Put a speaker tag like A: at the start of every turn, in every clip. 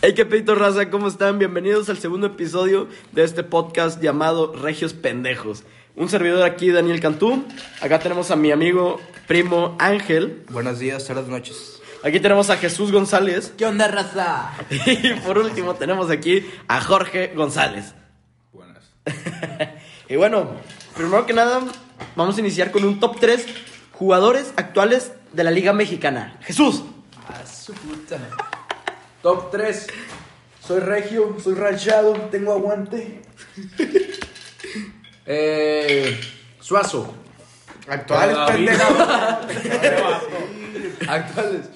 A: Hey, qué pito raza, ¿cómo están? Bienvenidos al segundo episodio de este podcast llamado Regios Pendejos. Un servidor aquí, Daniel Cantú. Acá tenemos a mi amigo, primo Ángel.
B: Buenos días, tardes, noches.
A: Aquí tenemos a Jesús González.
B: ¿Qué onda, raza?
A: Y por último tenemos aquí a Jorge González.
C: Buenas.
A: Y bueno, primero que nada, vamos a iniciar con un top 3 jugadores actuales de la Liga Mexicana. Jesús.
B: A su puta.
C: Top 3. Soy regio, soy ranchado, tengo aguante. Eh, Suazo.
B: Actuales,
C: Ah,
B: pendejo.
C: Actuales.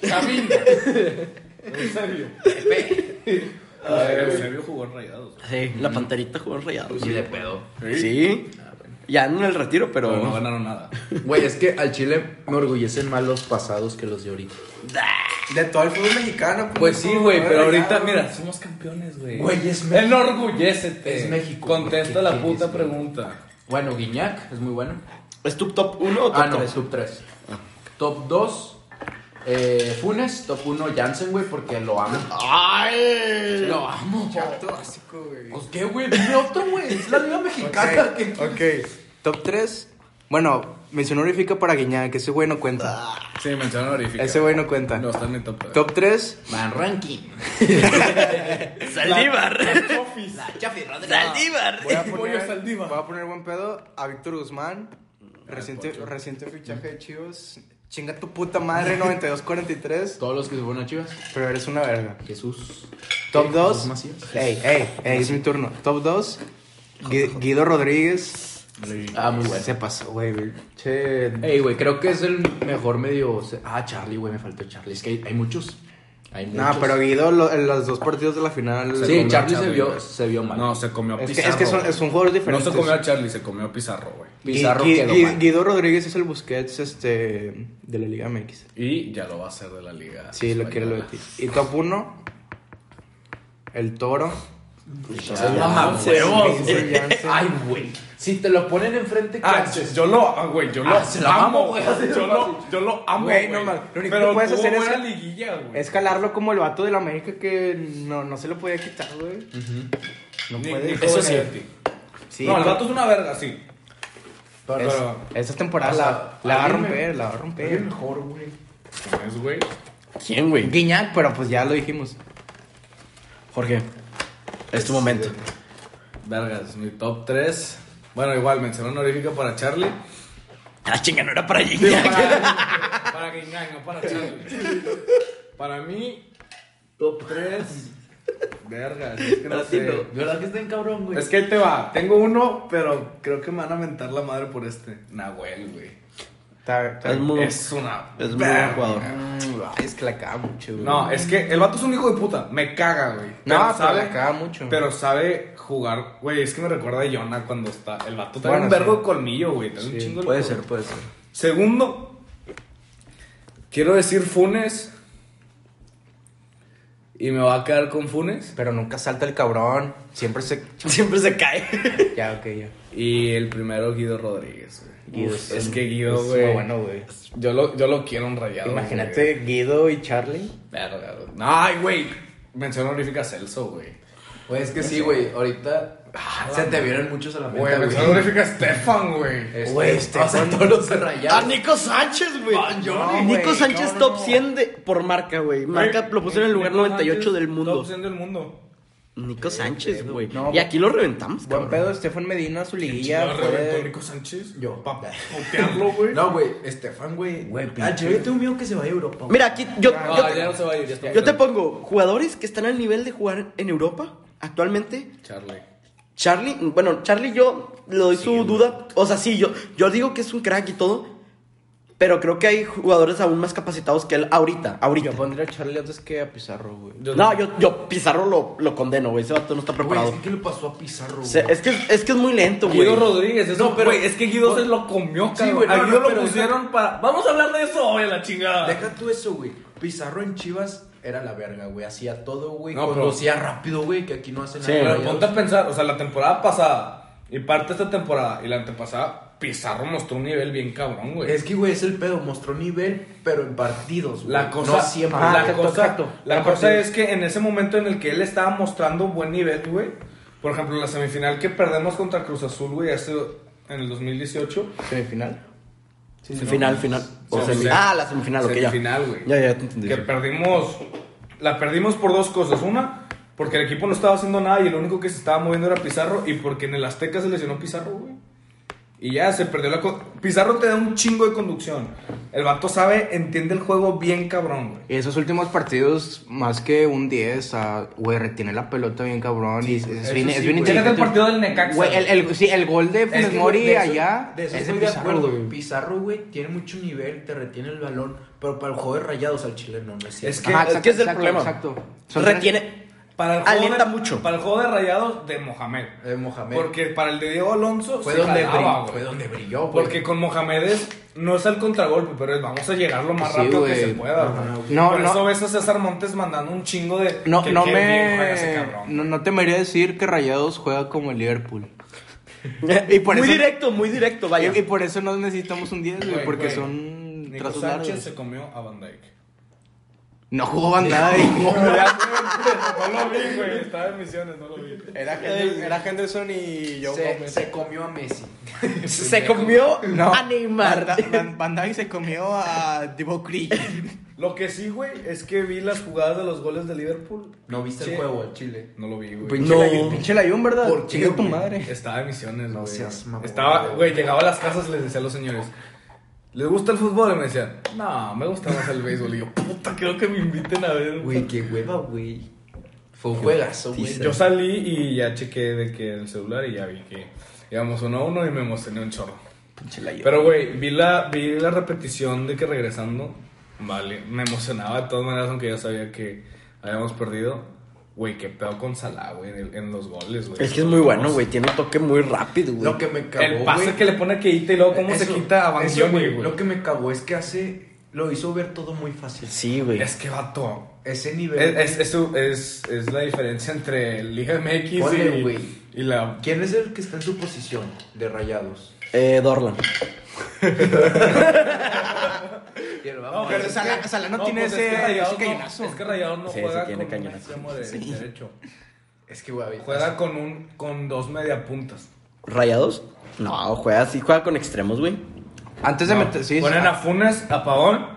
C: Eusebio jugó en rayados.
A: Sí, la panterita jugó en rayados.
B: Y de pedo.
A: Sí. Ya no en el retiro, pero.
C: Pero no ganaron nada.
B: Güey, es que al Chile me orgullecen más los pasados que los de ahorita.
D: De todo el fútbol mexicano.
C: Pues sí, güey,
D: no,
C: pero
D: no,
C: ahorita,
D: no.
C: mira, somos campeones, güey.
B: Güey, es México.
C: Enorgullécete.
B: Es México,
C: Contesta
B: güey,
C: la
B: ¿qué
C: puta
B: quieres,
C: pregunta.
B: Bueno, Guiñac es muy bueno.
A: ¿Es tu top 1 o top
B: Ah, no,
A: 3?
B: top 3. Top 2, eh, Funes. Top 1, Jansen, güey, porque lo amo.
A: ¡Ay!
B: Lo amo.
D: Chato básico, güey.
B: Pues qué, güey, dime otro, güey. Es la Liga Mexicana. que
D: Ok, top 3. Bueno, mención honorífica para Guiñac, que ese güey no cuenta.
C: Sí, mención honorífica.
D: Ese güey no cuenta.
C: Ah. No, está en mi top 3.
D: Top 3.
B: Van Ranking.
A: ¡Saldívar!
B: La Chafi Rodríguez.
A: ¡Saldívar!
D: Voy a
C: Pollo
D: poner,
C: Saldívar.
D: voy a poner buen pedo a Víctor Guzmán. Reciente,
C: Pocho.
D: reciente fichaje de Chivas. Chinga tu puta madre, 92-43.
B: Todos los que se fueron a Chivas.
D: Pero eres una verga.
B: Jesús.
D: Top
B: Jesús
D: 2.
B: Macías.
D: Ey, ey, ey, es mi turno. Top 2. Guido Rodríguez.
B: Ah, muy bueno.
D: Se pasó, güey. güey. Che,
B: Ey, güey, creo que es el mejor medio. Ah, Charlie, güey, me faltó Charlie. Es que hay, hay muchos. Hay
D: No,
B: muchos.
D: pero Guido lo- en los dos partidos de la final.
C: Se
B: Sí,
C: comió a
B: Charlie se vio-
C: güey.
B: se vio mal.
C: No, se comió a
D: es, que,
C: Pizarro.
D: es que son,
C: güey.
D: son jugadores
C: No
D: diferentes.
C: se comió a Charlie, se comió a Pizarro, güey.
D: Gui-
B: Pizarro
D: Gui-
B: quedó
D: Gui-
B: mal.
D: Guido Rodríguez es el Busquets este, de la Liga MX.
C: Y ya lo va a hacer de la liga.
D: Sí, lo quiere lo de
C: española.
D: ti. Y top 1, el Toro.
B: Ah,
C: mamá,
B: güey.
C: huevos,
D: güey. Jansen.
B: Ay, güey. Si te lo ponen enfrente, ¿qué
C: Ah,
B: haces?
C: yo lo, ah, güey, yo lo
B: Ah, se la
C: amo,
B: mamo, güey.
C: Yo lo, yo lo amo,
D: Güey,
C: güey.
D: no mames, lo único
C: Pero
D: que puedes
C: tuvo
D: hacer es-
C: buena liguilla, güey.
D: Es calarlo como el vato de la América que no, no se lo podía quitar, güey. No
C: Ni-
D: puede.
C: ni
A: Eso sí.
C: Benedetti.
D: Sí,
C: no, el
D: pero-
C: vato es una verga, sí.
B: Pero-
D: es-
C: pero-
D: Esta temporada
B: o
D: la,
B: sea,
D: la va a
B: alguien me-
D: romper, la va a
B: Es
D: romper.
B: mejor, güey.
C: ¿Quién es, güey?
A: ¿Quién, güey?
D: Guiñac, pero pues ya lo dijimos.
A: Jorge, es tu momento.
C: Vergas, mi top 3. Bueno, igual, mención honorífica para Charlie.
A: Ah, chinga, no era para allí.
C: Digo, para, para Guiñac, no para Charlie. Para mí, top 3. Vergas, es que no sé.
B: ¿Verdad que está en cabrón, güey?
C: Es que ahí te va. Tengo uno, pero creo que me van a mentar la madre por este. Nahuel, güey.
D: Está- está-
A: Es muy-
C: Es una.
A: es muy buen jugador.
D: Mm, ay, es que la caga mucho, güey.
C: No, es que el vato es un hijo de puta. Me caga, güey.
D: No, pero la caga mucho.
C: Pero sabe jugar, güey. Es que me recuerda a Yona cuando está. El vato trae
D: Bueno,
C: un vergo
D: sí.
C: de colmillo, güey. trae un chingo de
B: Puede
C: colmillo.
B: ser, puede ser.
C: Segundo, quiero decir Funes. Y me va a quedar con Funes.
D: Pero nunca salta el cabrón. Siempre se.
A: Siempre se cae.
D: Ya, ok, ya.
C: Y el primero, Guido Rodríguez, güey.
D: Guido
C: Uf,
D: un-
C: es que Guido,
D: es
C: güey.
D: muy bueno, güey.
C: Yo lo, yo lo quiero un rayado.
D: Imagínate Guido y Charlie.
C: güey. Verga, güey. Ay, güey. Mención honorífica a Celso, güey.
B: Güey, es que sí, güey. Ahorita Ah, se te vieron muchos a la mente,
C: Güey,
B: güey.
C: mención honorífica a Stefan, güey.
B: Este,
D: Güey, este-
B: O sea, todos los rayados.
A: Ah, Nico Sánchez, güey.
D: Johnny.
A: Nico
D: güey,
A: Sánchez
D: no,
A: top
D: no.
A: 100 de- por marca, güey. Marca
C: Güey,
A: lo pusieron en el lugar
C: Nico
A: 98
C: Sánchez,
A: del mundo.
C: Top 100 del mundo.
A: Nico Sánchez, güey.
D: No,
A: y aquí lo reventamos,
D: Buen
A: cabrón.
D: pedo, Estefan Medina, su liguilla.
C: Lo reventó
D: Fue...
C: Nico Sánchez?
B: Yo.
C: Pa' putearlo, güey.
B: No, güey, Estefan, güey. Ah,
D: Güey,
B: Al Chile tengo miedo que se vaya a Europa. güey.
A: Mira, aquí yo,
B: Ah,
C: No,
A: yo, te,
C: ya no se va a ir. Ya está
A: yo te pongo jugadores que están al nivel de jugar en Europa actualmente.
C: Charlie.
A: Charlie, bueno, Charlie yo le doy su duda. O sea, sí, yo, yo digo que es un crack y todo. pero creo que hay jugadores aún más capacitados que él ahorita. Ahorita.
D: Yo pondría a Charlie antes que a Pizarro, güey.
A: No, yo, yo Pizarro lo, lo condeno, güey. Ese vato no está
B: Güey,
A: preparado.
B: es que ¿qué le pasó a Pizarro, güey?
A: Se- es, que, es que es muy lento, güey.
C: Guido Rodríguez, eso,
B: No, pero-
C: güey, es que Guido se lo comió,
B: Sí,
C: cabrón.
B: güey, no,
C: a
B: no,
C: Guido
B: pero-
C: lo pusieron para. Vamos a hablar de eso hoy, a la chingada.
B: Deja tú eso, güey. Pizarro en Chivas era la verga, güey. Hacía todo, güey.
C: No, pero-
B: Conducía rápido, güey, que aquí no hacen
A: Sí,
B: nada.
C: Pero
B: güey.
C: ponte a pensar, o sea, la temporada pasada y parte de esta temporada y la antepasada, Pizarro mostró un nivel bien cabrón, güey.
B: Es que, güey, es el pedo. Mostró nivel, pero en partidos, güey.
C: La cosa,
B: No Ah, siempre.
C: la
B: güey.
C: cosa,
D: exacto.
C: ah, La
D: En
C: cosa
D: partidos.
C: es que en ese momento en el que él estaba mostrando buen nivel, güey. Por ejemplo, la semifinal que perdemos contra Cruz Azul, güey, hace en el 2018.
D: ¿Semifinal?
A: Sí, final, final. O
C: Sí,
A: semi-
C: sí.
A: Ah, la semifinal, ok, ya.
C: Semifinal, güey.
A: Ya, ya, te entendí.
C: Que perdimos. La perdimos por dos cosas. Una, porque el equipo no estaba haciendo nada y el único que se estaba moviendo era Pizarro. Y porque en el Azteca se lesionó Pizarro, güey. Y ya se perdió la. co- Pizarro te da un chingo de conducción. El vato sabe, entiende el juego bien cabrón, güey.
D: Esos últimos partidos, más que un 10, ah, güey, retiene la pelota bien cabrón. y es, es
B: eso
D: bien,
B: sí,
D: es
B: güey.
D: bien inteligente.
C: Chécate el partido del Necaxa.
D: Güey, el, el- sí, el gol de
B: Es
D: Funes
B: que,
D: Mori
B: güey, de eso-
D: allá
B: de eso
D: es de
B: estoy de
D: Pizarro,
B: acuerdo.
D: güey.
B: Pizarro, güey, tiene mucho nivel, te retiene el balón, pero para el juego de rayados al chileno no es cierto.
C: Es que-
D: Ajá,
A: Ah, es que es el
D: exacto,
A: problema.
D: Exacto. Son tres-
A: Retiene.
C: Para el juego
A: Alienta
C: de,
A: mucho.
C: Para el juego de rayados de Mohamed.
B: De Eh, Mohamed.
C: Porque para el de Diego Alonso
B: fue,
C: se
B: donde
C: jalaba,
B: brilló,
C: güey.
B: fue donde brilló, pues. güey.
C: Porque con Mohamed es, no es el contragolpe, pero es vamos a llegar lo más
D: Sí,
C: rápido que
D: güey.
C: se pueda.
B: Ajá,
C: güey.
D: güey. No,
C: Por
D: no.
C: eso ves a César Montes mandando un chingo de.
D: No,
C: que
D: no
C: qué bien juega ese
D: me.
C: cabrón.
D: No, no temería decir que Rayados juega como el Liverpool.
A: Y
D: Y
A: por
D: por
A: muy
D: eso-
A: directo, muy directo, vaya.
D: Y, y por eso no necesitamos un 10, güey,
C: Güey,
D: porque
C: güey.
D: son
C: Nico
D: trazos
C: Sánchez
D: largos.
C: se comió a Van Dyke.
D: No jugó bandada.
C: No lo vi, güey. Estaba en misiones, no lo vi.
D: Era, Henderson y
B: se, se comió a Messi.
A: se comió
D: No.
A: a Neymar.
D: Van, Van- Van Dijk se comió a Divo Creek.
C: Lo que sí, güey, es que vi las jugadas de los goles de Liverpool.
B: No viste
C: Sí.
B: el juego al Chile.
C: No lo vi, güey.
D: Pinche
A: No.
D: Layun- Pinche Layun, ¿verdad?
B: ¿Por qué,
D: Chinga tu
B: güey?
D: madre.
C: Estaba en misiones,
B: No
C: güey.
B: seas mamón,
C: Estaba,
B: güey.
C: güey, llegaba a las casas y les decía a los señores, ¿les gusta el fútbol? Y me decían, no, me gusta más el béisbol. Y yo, puta, creo que me inviten a ver.
B: Güey, qué hueva, güey. Fue un juegazo, güey.
C: Yo salí y ya chequé de que el celular y ya vi que íbamos uno a uno y me emocioné un chorro.
D: Pinche Layun.
C: Pero, güey, vi la, vi la repetición de que regresando, vale, me emocionaba de todas maneras, aunque ya sabía que habíamos perdido. Güey, qué pedo con Salah, güey, en, el- en los goles, güey.
A: Es que es muy bueno, güey. Tiene un toque muy rápido, güey.
B: Lo que me cagó,
C: el pase
B: güey,
C: que le pone a Keita y luego cómo se
B: eso-
C: quita a
B: eso,
C: Bandioni,
B: güey,
C: güey.
B: Lo que me cagó es que hace... Lo hizo ver todo muy fácil.
A: Sí, güey.
C: Es que vato.
B: Ese nivel...
C: Es, es, eso es, es la diferencia entre Liga MX
B: Ponle,
C: y,
B: güey.
C: y la.
B: ¿Quién es el que está en su posición de rayados?
A: Eh, Dorlan.
C: No, pues,
D: pero Salah- Salah no tiene
C: es
D: ese-
C: que Rayados
D: ese
C: no-
D: cañonazo.
C: es que Rayados no
A: Sí, sí
C: juega
A: tiene
C: con un
A: cañonazo.
C: extremo de derecho.
B: Es que, güey,
C: Juega con, un, con dos mediapuntas.
A: ¿Rayados? No, juega así, juega con extremos, güey.
D: Antes de
C: No,
D: meter. Sí,
C: Ponen a
D: ah,
C: Funes, a Pavón,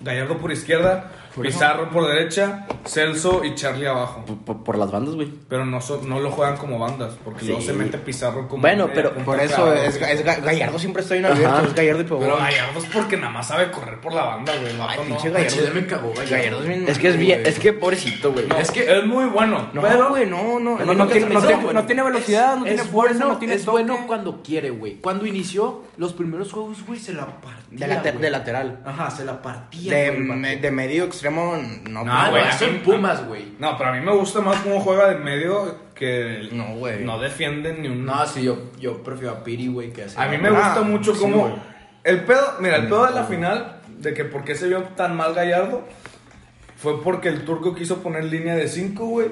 C: Gallardo por izquierda, Pizarro por derecha, Celso y Charlie abajo.
A: Por, por- por las bandas, güey.
C: Pero no, son- no lo juegan como bandas, porque
A: Sí.
C: luego se mete Pizarro como.
A: Bueno,
C: un
A: pero
C: mediapunta
D: Por eso
C: clavado,
D: es,
C: güey.
D: es Ga- Gallardo siempre está bien
A: Ajá.
D: abierto. Es Gallardo y Pablo.
C: Pero Gallardo es porque nada más sabe correr por la banda, güey. el
D: Ay,
C: vato no.
D: pinche
B: Al
D: Gallardo.
B: Chile me cagó, Gallardo.
D: Gallardo es bien.
A: Es que es bien,
D: güey.
A: es que pobrecito, güey.
C: No, es que es muy bueno.
D: No,
C: pero
D: güey, no, no.
A: Pero no
D: No,
A: tiene
D: no tiene, no
A: defensa,
D: tiene-
A: güey.
D: no tiene velocidad, no
B: es
D: tiene fuerza,
B: bueno,
D: no tiene
B: es
D: toque.
B: bueno cuando quiere, güey. Cuando inició los primeros juegos, güey, se la partía.
A: De, late-
B: güey.
A: de lateral.
B: Ajá, se la partía.
D: De,
B: güey, el
D: me-
B: vato.
D: de medio extremo, no.
C: No,
B: Ah, güey,
C: güey, a mí-
B: son Pumas, güey.
C: No, pero a mí me gusta más cómo juega de medio que
D: No, güey.
C: no defienden ni un.
B: No, sí, yo, yo prefiero a Piri, güey, que hace.
C: a mí me
D: Ah,
C: gusta mucho
D: sí,
C: cómo.
D: güey.
C: el pedo, mira, el pedo de la final, de que por qué se vio tan mal Gallardo, fue porque el turco quiso poner línea de 5, güey.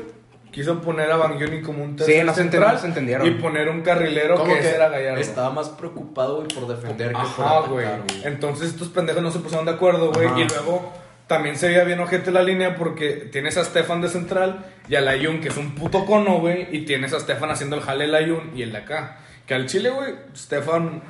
C: Quiso poner a Bangioni como un tercer
D: Sí, no se enten-
C: central
D: no se entendieron. este
C: y poner un carrilero
B: Como
C: que, ese era Gallardo.
B: Estaba más preocupado, güey, por defender que por
C: Ajá,
B: atacar,
C: güey.
B: güey.
C: Entonces estos pendejos no se pusieron de acuerdo, güey. Y luego también se veía bien ojete la línea porque tienes a Stefan de central y a Layun, que es un puto cono, güey. Y tienes a Stefan haciendo el jale Layun y el de acá. Que al chile, güey, Stefan,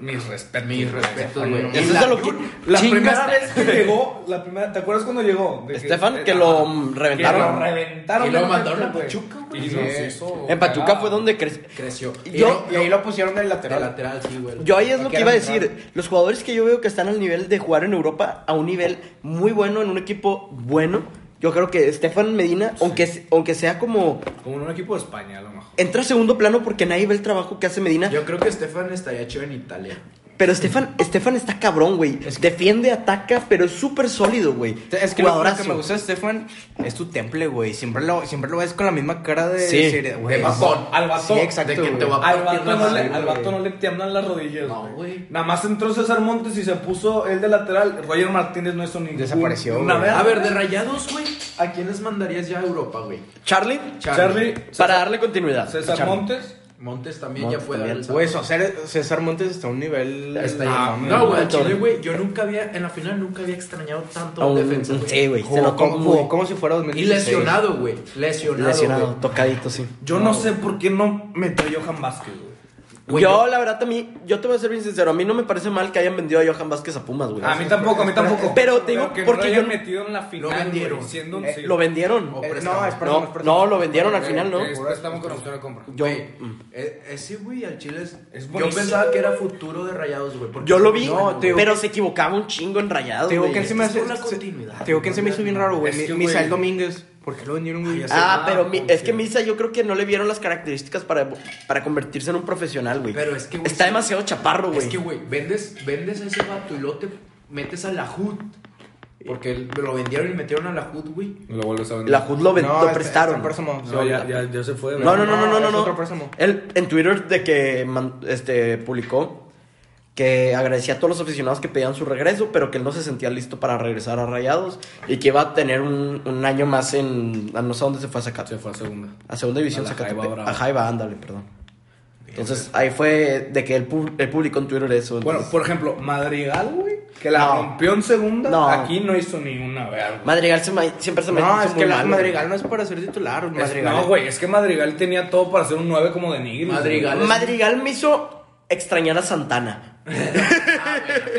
C: mis respetos.
B: Mis
C: güey.
B: respetos, güey.
A: Y eso es a lo que.
C: La
A: Chinga
C: primera
A: esta-
C: vez que llegó, la primera, ¿te acuerdas cuando llegó? De
A: Stefan, que lo,
C: ah,
A: mm, reventaron.
C: Que lo reventaron.
B: Y lo
C: de
B: mandaron
C: repente,
B: a
C: güey.
B: Pachuca, güey.
C: Y
B: Sí.
C: nos hizo
A: En Pachuca
C: cagada.
A: fue donde creció.
B: Creció.
D: Y,
A: Yo-
D: ahí lo pusieron del
B: De
D: lateral.
B: lateral, sí, güey.
A: Yo ahí es lo
D: Porque
A: que iba a
D: era
A: decir. Los jugadores que yo veo que están al nivel de jugar en Europa, a un nivel muy bueno, en un equipo bueno. Yo creo que Stefan Medina, aunque, se- aunque sea como.
C: Como en un equipo de España, a lo mejor.
A: Entra a segundo plano porque nadie ve el trabajo que hace Medina.
B: Yo creo que Stefan estaría chido en Italia.
A: Pero Estefan, Estefan está cabrón, güey. Defiende, ataca, pero es súper sólido, güey.
D: Es que lo
A: Jugadorazo.
D: que me gusta de Stefan es tu temple, güey. Siempre lo, siempre lo ves con la misma cara de...
A: Sí.
D: seriedad, güey.
B: De bajón.
C: Al vato.
D: Sí, exacto,
B: De que te
D: güey.
B: va a
C: Al
B: partir
C: vato, no
B: la
C: le,
B: madre,
C: al
B: güey.
C: vato no le tiemblan las rodillas.
B: No, güey.
C: Nada más entró César Montes y se puso el de lateral. Roger Martínez no hizo ni.
D: Desapareció,
C: Una
D: güey.
C: vez.
B: A ver, de rayados, güey. ¿A quiénes mandarías ya a Europa, güey?
A: Charlie,
C: Charlie.
A: para
C: César,
A: darle continuidad.
C: César
D: Charlie.
C: Montes.
B: Montes también
A: Montes
B: ya puede
A: también.
B: dar el salto.
D: Güey, César, César Montes está a un nivel...
B: Está
D: Ah,
B: ahí.
D: mames.
B: No, güey, al
A: Torre.
B: Chile, güey, yo nunca había, en la final nunca había extrañado tanto
A: A
B: a un
A: un-
B: defensa,
A: sí, güey. Se
D: Jugó
A: notó
D: como,
A: muy-
D: jugó como si fuera 2016.
B: Y
D: Eh,
B: lesionado, güey, lesionado,
A: Lesionado,
B: güey.
A: tocadito, sí.
C: Yo no, sé por qué no metió a Johan Vázquez, güey.
B: Güey,
A: yo,
B: yo-
A: la verdad, a mí, yo te voy a ser bien sincero, a mí no me parece mal que hayan vendido a Johan Vázquez a Pumas, güey.
C: A mí tampoco, a mí tampoco.
A: Pero te digo,
C: que
A: porque
C: no lo
A: yo-
C: hayan metido en la final. güey,
B: vendieron.
C: siendo un
D: Eh,
C: sí.
A: Lo vendieron.
B: O
D: Eh,
B: préstamo.
D: no, es
A: No,
D: préstamo, es préstamo.
A: no, lo vendieron al final, ¿no?
C: Es préstamo con opción a compra.
B: Güey,
A: Mm.
B: e- ese güey al Chile es,
C: Es
B: yo
C: buenísimo.
B: pensaba que era futuro de Rayados, güey. porque-
A: Yo lo vi,
B: No, te digo
A: pero se equivocaba un chingo en rayados,
D: Te digo
A: güey.
D: que se me
B: es
D: hace...
B: por la
D: se-
B: continuidad,
D: Te digo que se me hizo bien raro, güey.
C: Es
D: Mi-
C: que,
D: Misael
C: güey.
D: Domínguez. ¿Por qué lo vendieron, güey?
A: Ah,
C: Ah,
A: pero mi-
C: porque-
A: es que Misa yo creo que no le vieron las características para, para convertirse en un profesional, güey.
B: Pero es que, güey,
A: Está
B: sí.
A: demasiado chaparro, güey.
B: Es que, güey, vendes, vendes a ese vato y luego te metes a la HUD. Porque lo vendieron y metieron a la HUD, güey.
C: Lo vuelves a vender.
A: La Hood lo, ven- lo
D: está-
A: prestaron.
D: está en préstamo.
C: No, ya, ya, ya se fue. güey.
A: No, no, no, no, no,
D: No,
A: no.
D: Ah, es
A: no.
D: otro préstamo.
A: Él en Twitter de que man- este publicó que agradecía a todos los aficionados que pedían su regreso, pero que él no se sentía listo para regresar a Rayados y que iba a tener un, un año más en a no sé a dónde se fue a Zacate-
C: Se fue a segunda.
A: a segunda división
C: A la Jaiba
A: Zacatepec.
C: Brava.
A: A Jaiba, ándale, perdón. Entonces ahí fue de que él, pu- él publicó en Twitter eso.
C: Bueno,
A: entonces-
C: por ejemplo, Madrigal, güey, que la
A: No.
C: rompió en segunda,
A: No.
C: aquí no hizo ni una verga.
A: Madrigal se me- siempre se me
D: No,
A: hizo
D: es
A: muy
D: que la-
A: malo, güey.
D: Madrigal no es para ser titular.
C: Es-
D: Madrigal
C: No, güey, es que Madrigal tenía todo para ser un 9 como de Nigris.
B: Madrigal.
C: güey.
A: Madrigal me hizo extrañar a Santana.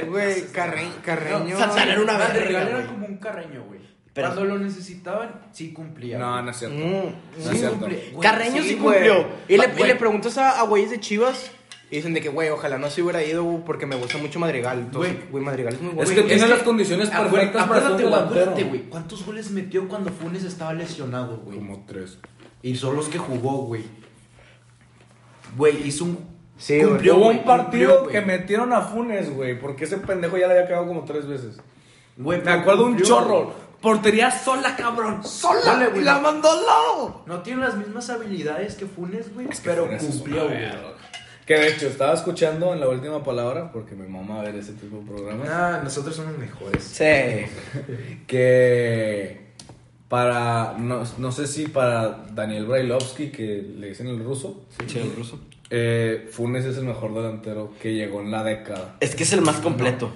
D: Güey, Carre- Carreño.
A: Santana era una
B: Madrigal
A: verga,
B: era
A: güey.
B: como un carreño, güey.
A: Pero-
B: Cuando lo necesitaban, sí cumplía.
C: No,
B: güey.
C: no es cierto.
D: Mm.
C: No es
B: Sí
C: cierto.
B: cumple, güey,
A: Carreño sí
B: güey.
A: cumplió.
D: Y le,
B: Pa-
D: y
B: Ah, güey,
D: le preguntas a, a güeyes de Chivas y dicen de que, güey, ojalá no se hubiera ido güey, porque me gusta mucho Madrigal. Entonces,
B: Güey.
D: güey, Madrigal es muy
C: Es
D: bueno.
C: que tiene las condiciones
B: acuérdate,
C: perfectas para ser un
B: acuérdate, güey, acuérdate,
C: delantero.
B: güey. ¿Cuántos goles metió cuando Funes estaba lesionado, güey?
C: Como tres.
B: Y son los que jugó, güey. Güey, hizo un.
D: Sí, güey.
B: cumplió,
C: Hubo
B: güey,
C: un partido
B: cumplió, güey.
C: que metieron a Funes, güey, porque ese pendejo ya le había cagado como tres veces.
B: Güey,
C: Me
B: pero
C: acuerdo un
B: cumplió,
C: chorro.
B: güey.
C: Portería sola, cabrón.
B: Sola,
C: Dale,
B: güey.
C: la mandó al lado.
B: No tiene las mismas habilidades que Funes, güey, pero
C: Funes es
B: cumplió,
C: una
B: güey.
C: verga. Que de hecho, estaba escuchando en la última palabra, porque mi mamá ver ese tipo de programas.
B: Ah, nosotros somos mejores.
A: Sí.
C: que para no, no sé si para Daniel Brailovsky que le dicen el ruso
A: el ruso.
C: eh, Funes es el mejor delantero que llegó en la década
A: Es que es el más completo.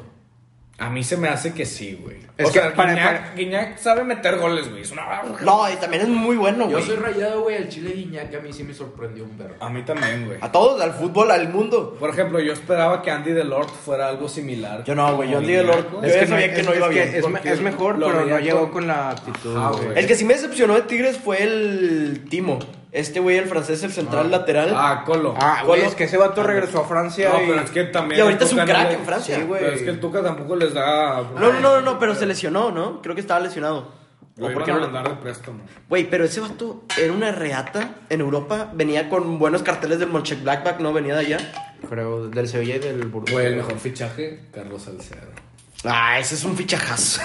C: a mí se me hace que sí güey
D: Es
C: o
D: que
C: sea
D: para-
C: Guiñac,
D: para-
C: Guiñac sabe meter goles güey es una barra.
A: No, y también es muy bueno,
B: Yo
A: güey.
B: soy rayado, güey, al Chile Guiñac a mí sí me sorprendió un perro.
C: a mí también güey
A: A todos, al fútbol, al mundo.
C: por ejemplo yo esperaba que Andy Delort fuera algo similar
A: Yo no, güey, yo
C: como
A: Andy Delort-
C: Guiñac,
A: Yo ya sabía que no iba
D: es
A: bien,
D: es, me-
C: porque
D: es mejor,
C: lo
D: pero
C: veía
D: no llegó
C: todo.
D: con la actitud.
C: Ajá,
D: güey.
C: güey.
A: El que sí me decepcionó de Tigres fue el Timo. Este güey, el francés, el central lateral.
C: ah Colo
D: Ah, güey,
A: Colo-
D: es que ese vato regresó a Francia.
C: no
D: y-
C: pero es que también
A: y ahorita
C: el
A: es un
C: Tuca no
A: crack
C: le-
A: en Francia.
C: Sí, güey,
D: güey.
C: pero es que el Tuca tampoco les da
A: no, no, no, no, no, pero se lesionó, ¿no? Creo que estaba lesionado.
C: Lo
A: ¿O por
C: iban
A: qué
C: a
A: no?
C: mandar de préstamo.
A: Güey, pero ese vato era una reata en Europa. Venía con buenos carteles del Monchek Blackback, ¿no? Venía de allá.
D: Creo, del Sevilla y del Burgos.
C: Güey, el mejor fichaje, Carlos Salcedo.
A: Ah, ese es un fichajazo.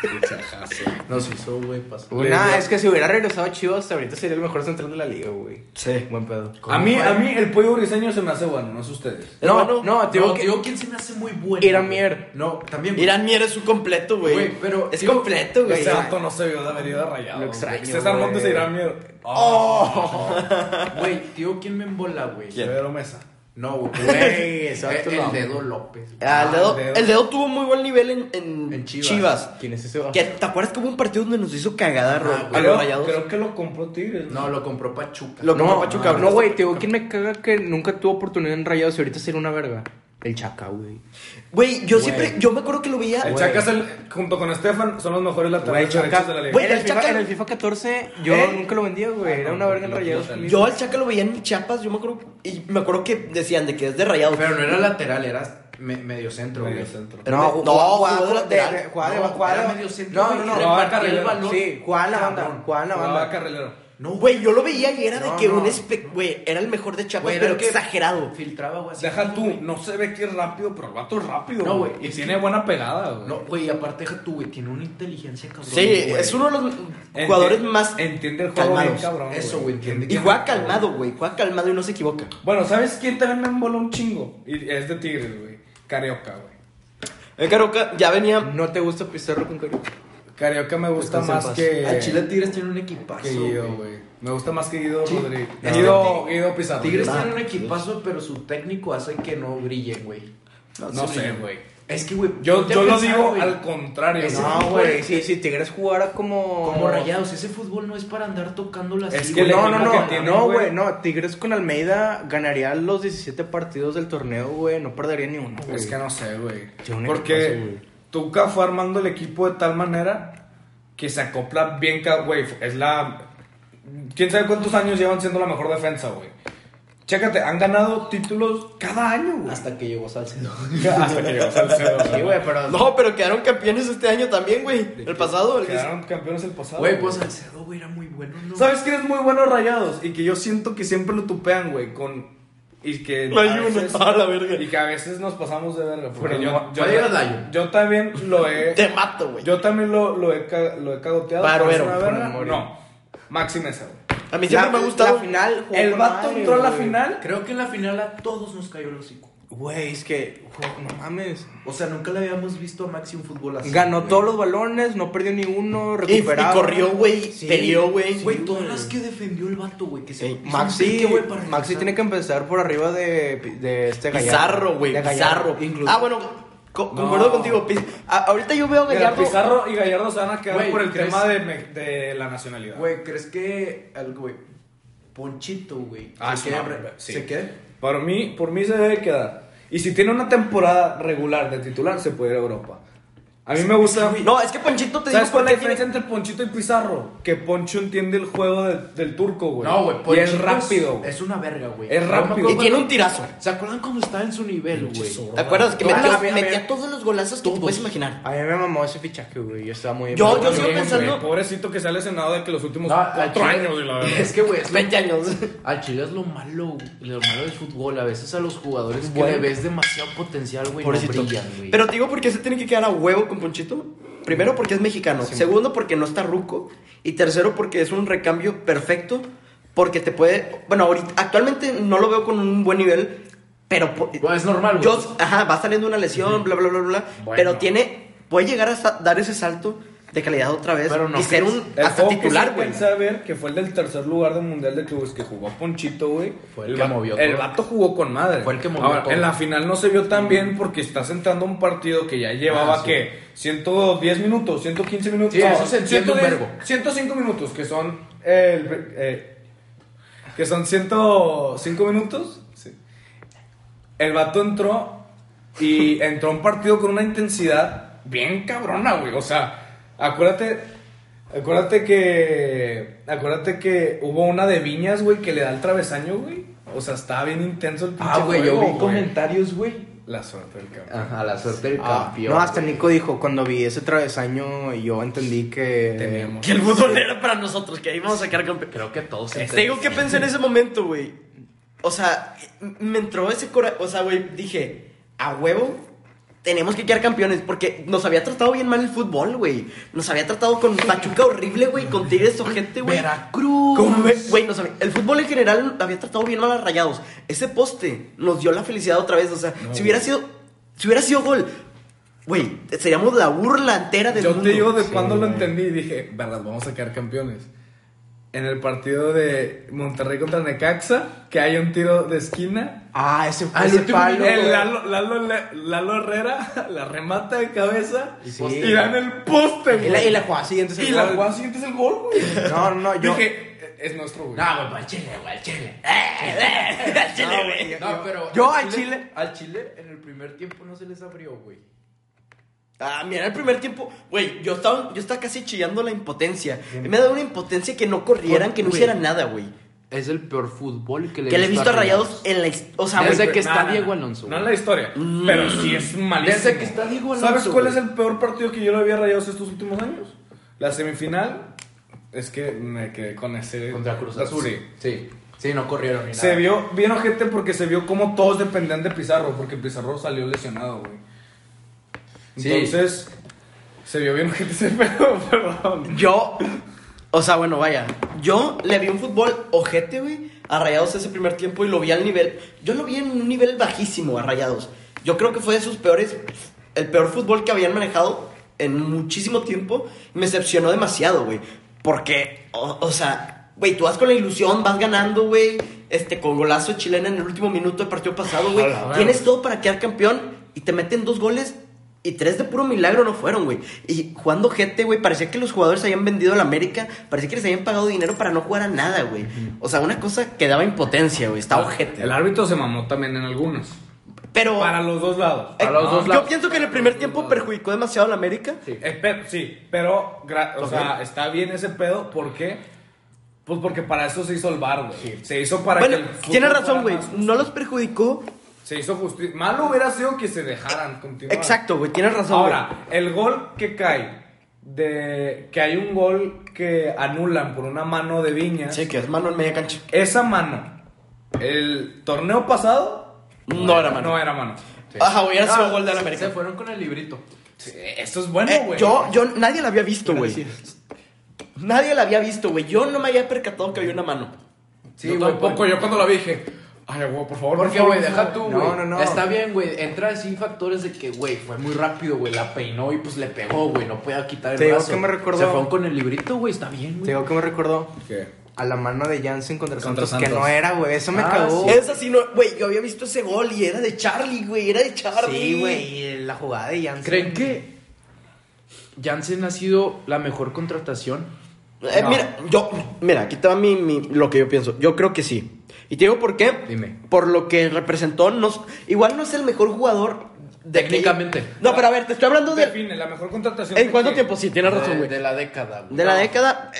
C: Fichajazo.
B: Nos hizo, güey, pasó.
D: Güey, Nah, es que si hubiera regresado a Chivas, ahorita sería el mejor central de la liga, güey.
A: Sí.
D: Buen pedo.
C: A mí, a mí el pollo briseño se me hace bueno, no es ustedes.
A: Es
D: No,
A: bueno.
D: no, te digo
B: No,
D: que.
B: digo, ¿quién se me hace muy bueno?
D: Era
B: güey?
D: Mier.
B: No, también. güey.
A: Irán Mier es su completo, güey.
B: Güey, pero-
A: es
B: digo,
A: completo, güey.
C: Ese vato no se vio de haber ido a rayado.
D: Lo extraño,
C: güey. César
D: güey.
C: Montes se irá a miedo. Oh.
B: Güey, tío, ¿quién me embola, güey?
A: ¿Quién?
C: Severo Mesa.
B: No, güey.
D: Güey, exacto,
B: El,
D: no.
B: el dedo López.
A: Ah, el, dedo,
C: Ah, el dedo.
A: el dedo tuvo muy buen nivel en, en
B: En
A: Chivas.
B: Chivas.
D: ¿Quién es ese vato?
A: Que, ¿Te acuerdas que hubo un partido donde nos hizo cagada Ro-
B: Ah,
A: a
C: Creo,
A: los rayados?
C: creo que lo compró Tigres.
B: No, lo compró Pachuca.
A: Lo-
D: No,
A: No, Pachuca,
D: no,
A: no,
D: güey, te digo, ¿quién me caga que nunca tuvo oportunidad en Rayados y ahorita sería una verga? El Chaca, güey.
A: Güey, yo
D: Güey.
A: siempre, yo me acuerdo que lo veía.
C: El Chaca es el, junto con Estefan, son los mejores laterales derechos de la liga.
A: Güey,
D: en, el
A: el
D: FIFA,
A: Chaca-
D: en el FIFA 14 yo
A: ¿Eh?
D: nunca lo vendía, güey. Era una verga en Rayados.
A: Yo al Chaca lo veía en Chiapas, yo me acuerdo. Y me acuerdo que decían de que es de rayados.
B: Pero no era lateral, era me- medio centro, güey.
C: Medio centro.
A: Pero me-
D: No,
A: no,
D: jugaba
A: jugaba
D: de-
A: lateral.
D: de- jugaba de-
B: No,
D: jugaba
B: era
D: de-
B: medio centro,
D: No,
B: güey,
D: no,
B: y
D: no.
B: repartía el
C: carrilero.
B: balón.
D: Sí, jugaba en la banda.
B: Cabrón.
D: Jugaba en la
C: Jugaba
D: banda.
C: Ah, carrilero.
B: No,
A: Güey, yo lo veía y era de
B: No,
A: que
B: no.
A: un espe... Güey, era el mejor de Chiapas,
B: Güey, era
A: pero
B: el que
A: exagerado.
B: Filtraba, güey. así.
C: Deja tú, no se ve que es rápido, pero el vato es rápido.
B: No, güey,
C: Y
B: es
C: tiene buena pegada, güey.
B: No, güey, y aparte deja tú, güey. Tiene una inteligencia cabrón.
A: Sí, es uno de los
C: Enti-
A: jugadores más...
C: Entiende el juego
A: calmados.
C: bien, cabrón.
B: Eso, güey, entiende.
A: Y juega calmado, güey. Juega calmado y no se equivoca.
C: Bueno, ¿sabes quién también me emboló un chingo? Y es de Tigres, güey. Carioca, güey.
A: El Carioca Eh, ya venía...
D: ¿No te gusta Pizarro con Carioca?
C: Carioca
B: Pues
C: me gusta
D: Descansa en
C: más
D: paz.
C: que.
B: A Ah, Chile Tigres tiene un equipazo.
C: que Guido, güey. Me gusta más que Guido
B: Sí.
C: Rodríguez.
B: No.
C: Guido, Guido Pizarro.
B: Tigres
C: Yo-
B: tiene un equipazo, pero su técnico hace que no brillen, güey.
C: No sé, güey.
B: Es que, güey.
C: Yo,
B: ponte
C: yo
B: a
C: lo
B: pensar,
C: digo
B: güey.
C: al contrario.
B: Ese
C: No,
B: fútbol-
C: güey.
D: Sí, si Tigres jugara como.
B: Como rayados, ese fútbol no es para andar tocando las
C: Es que el
D: No, no,
C: equipo
D: no,
C: que tiene,
D: no,
C: güey.
D: güey, no. Tigres con Almeida ganaría los 17 partidos del torneo, güey. No perdería ni uno. güey.
C: Es que no sé, güey.
D: Yo un equipazo,
C: Porque
D: güey.
C: Tuca fue armando el equipo de tal manera que se acopla bien, ca- güey. Es la. Quién sabe cuántos años llevan siendo la mejor defensa, güey. Chécate, han ganado títulos cada año, güey.
B: Hasta que llegó Salcedo.
C: Hasta que llegó Salcedo,
B: Sí, güey, pero.
A: No, pero quedaron campeones este año también, güey. El pasado, el que-
C: Quedaron campeones el pasado.
B: Güey, pues Salcedo, güey, era muy bueno, ¿no?
C: ¿Sabes quién es muy bueno rayados? Y que yo siento que siempre lo tupean, güey, con... Y que,
A: No hay
C: a
A: uno, a la verga.
C: y que a veces nos pasamos de verga. Porque
B: Pero
C: yo,
B: no-
C: yo,
B: va a llegar Dayo.
C: yo también lo he...
A: Te mato, güey.
C: Yo también lo, lo he, ca- lo he cagoteado. pero
A: Barovero,
C: es una
A: por
C: verga.
A: memoria.
C: No, Maxi Mesa, güey.
A: A mí siempre
D: La-
A: me ha gustado...
D: La final, jugó
C: El
D: con
C: vato
D: madre,
C: entró a la
D: güey.
C: final.
B: Creo que en la final a todos nos cayó el hocico.
D: Güey, es que. jo- No mames.
B: O sea, nunca le habíamos visto a Maxi un fútbol así.
D: Ganó
B: güey.
D: todos los balones, no perdió ni uno,
A: Y, y
D: recuperaba.
A: corrió, güey.
D: Sí.
A: Peleó, güey.
B: Güey, todas las que defendió el vato, güey. Que se.
A: Ey,
D: Maxi, Maxi tiene que empezar por arriba de, de este gallardo.
A: Pizarro, güey.
D: De Gallardo,
A: Pizarro.
D: incluso.
A: Ah, bueno, co- concuerdo
C: No.
A: contigo. Piz- a- ahorita yo veo a
C: Mira,
A: Gallardo.
C: Pizarro y Gallardo se van a quedar
B: Güey,
C: por el
B: ¿crees?
C: tema de, me- de la nacionalidad.
B: Güey, ¿crees que. al- Güey. Ponchito, güey.
C: Ah,
B: se
C: es
B: quede.
C: una-
B: re-
C: sí.
B: ¿Se quede?
C: Por mí, por mí se debe quedar. Y si tiene una temporada regular de titular, se puede ir a Europa. A mí me gusta...
A: No, es que Panchito te digo
C: ¿Sabes cuál es la
A: por qué
C: diferencia entre Ponchito y Pizarro? Que Poncho entiende el juego del- del turco, güey.
B: No, güey.
C: Y es
B: Ponchito
C: rápido. güey.
B: Es una verga, güey.
C: Es
B: Yo me
C: rápido.
B: acuerdo
A: Y tiene
B: cuando-
A: un tirazo.
B: ¿Se acuerdan cuando estaba en su nivel, güey?
A: tiene- ¿Te acuerdas
B: Ah,
A: que
D: Todas
A: metió,
D: las- a ver, a ver.
A: metía todos los golazos que te puedes imaginar?
D: A mí me mamó ese fichaje, güey. Yo estaba muy.
A: Yo- yo
C: Bien,
A: sigo
C: güey.
A: pensando-
C: Pobrecito que se ha lesionado de que los últimos
B: No, al
C: cuatro
B: Chile-
C: años, y la verdad.
B: Es que, güey, es lo-
A: 20 años.
B: al chile es lo malo, lo malo del fútbol. A veces a los jugadores
A: Bueno.
B: que le ves demasiado potencial, güey, no
A: Pobrecito.
B: brillan, güey.
A: Pero te digo por qué se tiene que quedar a huevo con Ponchito. Primero porque es mexicano. Segundo porque no está ruco. Y tercero porque es un recambio perfecto. Porque te puede. Bueno, ahorita, actualmente no lo veo con un buen nivel. Pero. po-
B: Bueno, es normal, güey.
A: Yo, ajá, va saliendo una lesión, bla, bla, bla, bla.
C: Bueno.
A: Pero tiene. Puede llegar a sa- dar ese salto de calidad otra vez.
B: Pero no
A: y ser
B: crees.
A: un.
C: El
A: Hasta
C: juego que
A: titular,
C: sí
A: güey.
C: alcancé a ver que fue el del tercer lugar del Mundial de Clubes que jugó Ponchito, güey.
B: Fue el que
C: va-
B: movió
C: El
B: todo.
C: vato jugó con madre.
B: Fue el que movió
C: Ahora,
B: todo.
C: en la final no se vio tan bien porque estás entrando a un partido que ya llevaba,
B: Ah, sí.
C: ¿qué? 110 minutos, 115 minutos.
B: Sí, eso se entiende un
C: 110,
B: vergo.
C: 105 minutos, que son... eh, el- eh, que son 105 minutos. El vato entró y entró a un partido con una intensidad bien cabrona, güey. O sea, acuérdate, acuérdate que, acuérdate que hubo una de Viñas, güey, que le da el travesaño, güey. O sea, estaba bien intenso el pinche
B: Ah, güey, yo
C: juego,
B: vi comentarios, güey.
C: La suerte del cabrón.
B: Ajá, la suerte del
D: Ah,
B: campeón.
D: no, hasta Nico dijo, cuando vi ese travesaño, yo entendí que.
C: Teníamos.
A: Que el fútbol era para nosotros, que ahí vamos a sacar campeón.
B: Creo que todos
A: Te digo que pensé en ese momento, güey. O sea, me entró ese coraje. O sea, güey, dije, a huevo, tenemos que quedar campeones. Porque nos había tratado bien mal el fútbol, güey. Nos había tratado con Pachuca horrible, güey. Con Tigres ojete, güey.
B: Veracruz.
A: Con Ve- Güey, nos había- el fútbol en general había tratado bien mal a rayados. Ese poste nos dio la felicidad otra vez. O sea, si hubiera sido. Si hubiera sido gol. Güey, seríamos la burla entera del
C: Yo
A: mundo.
C: te digo de
D: Sí,
C: cuando lo
D: güey.
C: entendí y dije, verdad, vamos a quedar campeones. En el partido de Monterrey contra Necaxa, que hay un tiro de esquina
D: Ah, ese
B: Ah, el
D: ese
B: último
D: palo.
C: El
D: güey.
C: Lalo, Lalo- Lalo Herrera la remata de cabeza
D: Sí.
C: y da en el poste,
D: Y la,
C: güey.
D: y la jugada siguiente se
C: Y
D: fue.
C: la jugada siguiente es el gol, güey.
D: No, no, yo.
C: Dije, "E- es nuestro, güey.
B: No, güey, al chile, güey, al chile.
A: Chile, güey.
B: No, pero.
D: Yo al chile.
B: Al chile en el primer tiempo no se les abrió, güey.
A: Ah, mira, el primer tiempo, güey, yo estaba, yo estaba casi chillando la impotencia. Me da una impotencia que no corrieran, que no
B: Güey.
A: hicieran nada, güey.
D: es el peor fútbol que le
A: Que le he visto a Rayados en la... his- O sea, güey,
D: Desde
A: pero-
D: que está
C: no,
D: Diego
C: no.
D: Alonso.
C: No en la historia, pero sí es malísimo.
D: Desde Mm. que está Diego Alonso,
C: ¿Sabes cuál
D: güey.
C: es el peor partido que yo le había rayado estos últimos años? La semifinal. Es que me quedé con ese.
B: Contra Cruz Azul.
C: Sí.
B: Sí. Sí, no corrieron ni nada.
C: Se vio bien ojete porque se vio como todos dependían de Pizarro, porque Pizarro salió lesionado, güey.
B: Sí.
C: Entonces, se vio bien ojete ese pedo, perdón.
A: Yo, o sea, bueno, vaya. Yo le vi un fútbol ojete, güey, a Rayados ese primer tiempo y lo vi al nivel. Yo lo vi en un nivel bajísimo a Rayados. Yo creo que fue de sus peores. El peor fútbol que habían manejado en muchísimo tiempo. Me decepcionó demasiado, güey. Porque, o, o sea, güey, tú vas con la ilusión, vas ganando, güey. Este, con golazo de chilena en el último minuto del partido pasado, güey.
C: Ojalá, güey.
A: Tienes todo para quedar campeón y te meten dos goles y tres de puro milagro no fueron, güey. Y jugando gente, güey, parecía que los jugadores habían vendido a la América, parecía que les habían pagado dinero para no jugar a nada, güey. O sea, una cosa que daba impotencia, güey. Estaba ojete.
C: El árbitro se mamó también en algunos.
A: Pero
C: Para los dos lados.
A: eh,
D: para los dos
A: yo
D: lados.
A: pienso que en el primer tiempo perjudicó demasiado a la América.
D: Sí.
C: Eh, pero- sí, pero, gra- o sea, está bien ese pedo, ¿por qué? Pues porque para eso se hizo el bar, güey. Se hizo para
A: bueno,
C: que. el fútbol
A: tienes
C: fuera
A: razón, güey.
C: más-
A: No los perjudicó.
C: Se hizo justicia. Malo hubiera sido que se dejaran continuar.
A: Exacto, güey. Tienes razón. güey.
C: Ahora, el gol que cae, de que hay un gol que anulan por una mano de Viñas.
A: Sí, que es mano en media cancha.
C: Esa mano, el torneo pasado,
A: No era mano.
C: no era mano.
A: Ajá, güey,
C: Ah,
A: era sido gol de la
B: Ah, Se
A: América.
B: fueron con el librito.
C: Sí, Eso es bueno,
A: Eh,
C: güey.
A: yo, yo, nadie la había visto, güey. Nadie la había visto, güey. Yo no me había percatado que había una mano.
B: Sí,
C: Yo
B: güey,
C: tampoco,
B: porque-
C: yo cuando la vi dije, ay, güey, por favor.
B: Porque,
C: por
B: güey,
C: favor,
B: deja
C: por
B: tú,
C: favor".
B: güey.
D: No, no, no.
B: Está bien, güey. Entra sin factores de que, güey, fue muy rápido, güey. La peinó y pues le pegó, güey. No podía quitar el
D: Te digo
B: brazo.
D: que me recordó-
B: Se fueron con el librito, güey. Está bien,
D: Te
B: güey.
D: digo que me recordó
C: ¿Qué?
D: a la mano de Jansen contra,
C: Contra
D: Santos, que
C: Santos.
D: no era, güey. Eso me
C: Ah,
D: cagó.
A: Es así, no, güey, yo había visto ese gol y era de Charlie, güey, era de Charlie.
D: Sí, güey. La jugada de Jansen.
B: ¿Creen que Jansen ha sido la mejor contratación?
A: Eh,
C: No.
A: Mira, yo, mira, aquí te va mi, mi- lo que yo pienso. Yo creo que sí. Y te digo por qué.
B: Dime.
A: Por lo que representó, no, s- igual no es el mejor jugador de aquella-
B: Técnicamente.
A: No, pero a ver, te estoy hablando de.
C: Define, la mejor contratación.
A: ¿En
C: de
A: cuánto
C: qué?
A: tiempo? Sí, tienes razón,
B: de,
A: güey.
B: de la década, güey.
A: De la década. eh,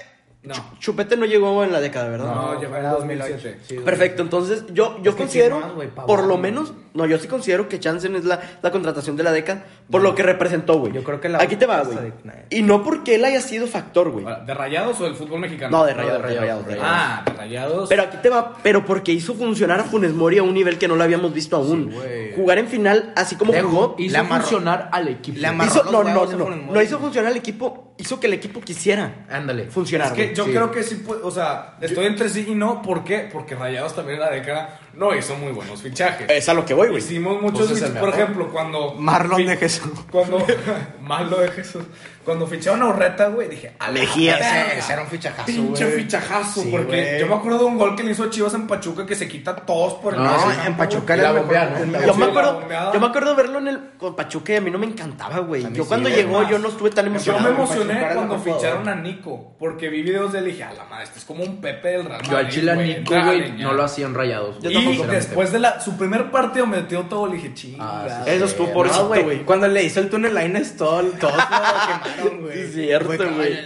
C: No.
A: Chupete no llegó en la década, ¿verdad?
C: No,
D: No,
C: llegó en
D: era
C: 2007.
D: Sí, güey.
A: Perfecto, entonces yo, yo
D: Es que
A: considero,
D: sí, no, güey, Pavón.
A: por lo menos, no, yo sí considero que Jansen es la, la contratación de la década por lo que representó, güey.
D: Yo creo que la
A: Aquí te va,
D: otra
A: güey.
D: es la de-
A: Y no porque él haya sido factor, güey.
D: Ah,
C: Ahora, ¿De rayados o del fútbol mexicano?
A: No, de rayados,
B: de
A: de
B: Rayados,
A: rayados,
B: de
A: de rayados.
C: Ah, de rayados.
A: Pero aquí te va, pero porque hizo funcionar a Funes Mori a un nivel que no lo habíamos visto aún.
D: güey.
A: Jugar en final, así como
D: Dejo,
A: jugó,
B: Hizo
D: Le amarró-
B: funcionar al equipo.
D: Le amarró
A: hizo,
D: los
A: no, no,
D: huevos a
A: no,
D: Funes Mori.
A: no hizo funcionar el equipo, hizo que el equipo quisiera
B: Ándale.
A: funcionar.
C: Es que
A: güey.
C: yo
B: Sí.
C: creo que sí, pues, o sea, estoy entre sí y no. ¿Por qué? Porque Rayados también en la década no hizo muy buenos fichajes.
A: Es a lo que voy, güey.
C: Hicimos muchos
B: Pues es el
C: fichajes. Por
B: mejor.
C: ejemplo, cuando.
D: Eh, Marlon
C: fi-
D: de Jesús.
C: Cuando. Marlon de Jesús. Cuando ficharon a Urreta, güey, dije. "A la
A: Mejía,
C: verga,
D: ese- ese era un fichajazo,
C: Pinche
D: güey".
C: fichajazo.
D: Sí,
C: porque
D: güey.
C: yo me acuerdo de un gol que le hizo a Chivas en Pachuca que se quita todos por el.
D: No,
C: medio campo,
D: en Pachuca
B: Y
D: era
B: la
D: el mejor-
B: bombea, ¿no?
D: el mejor-
A: Yo
C: Sí,
A: me,
C: la
A: acuerdo,
C: bombeada.
A: yo me acuerdo verlo en el con Pachuca y a mí no me encantaba, güey. Yo
D: sí,
A: cuando
D: güey.
A: llegó
C: Más,
A: yo no estuve tan
C: Yo
A: emocionado.
C: me
D: Pachuca
C: emocioné
D: era
C: cuando
D: el mejor
C: ficharon a Nico, porque vi videos de él y dije, a la madre, este es como un Pepe del Real
B: Yo al
C: Madrid,
B: Chile a
C: güey,
B: Nico,
C: entrale,
B: güey,
C: ya".
B: no lo hacían rayados.
A: Yo
B: güey,
C: Y
A: tampoco.
B: sinceramente.
C: después de la, su primer partido metió todo, le dije, chinga.
B: Ah,
A: Eso estuvo
D: No,
A: pobrecito, güey.
D: Cuando le hizo el túnel Lines, todo, todo se lo quemaron, güey.
A: Sí, cierto,
D: Fue como,
A: güey.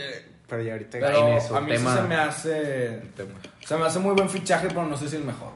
D: Pero ya ahorita
C: Pero
D: gané.
B: eso,
C: a mí
B: tema.
C: sí se me hace. Se me hace muy buen fichaje, pero no sé si el mejor.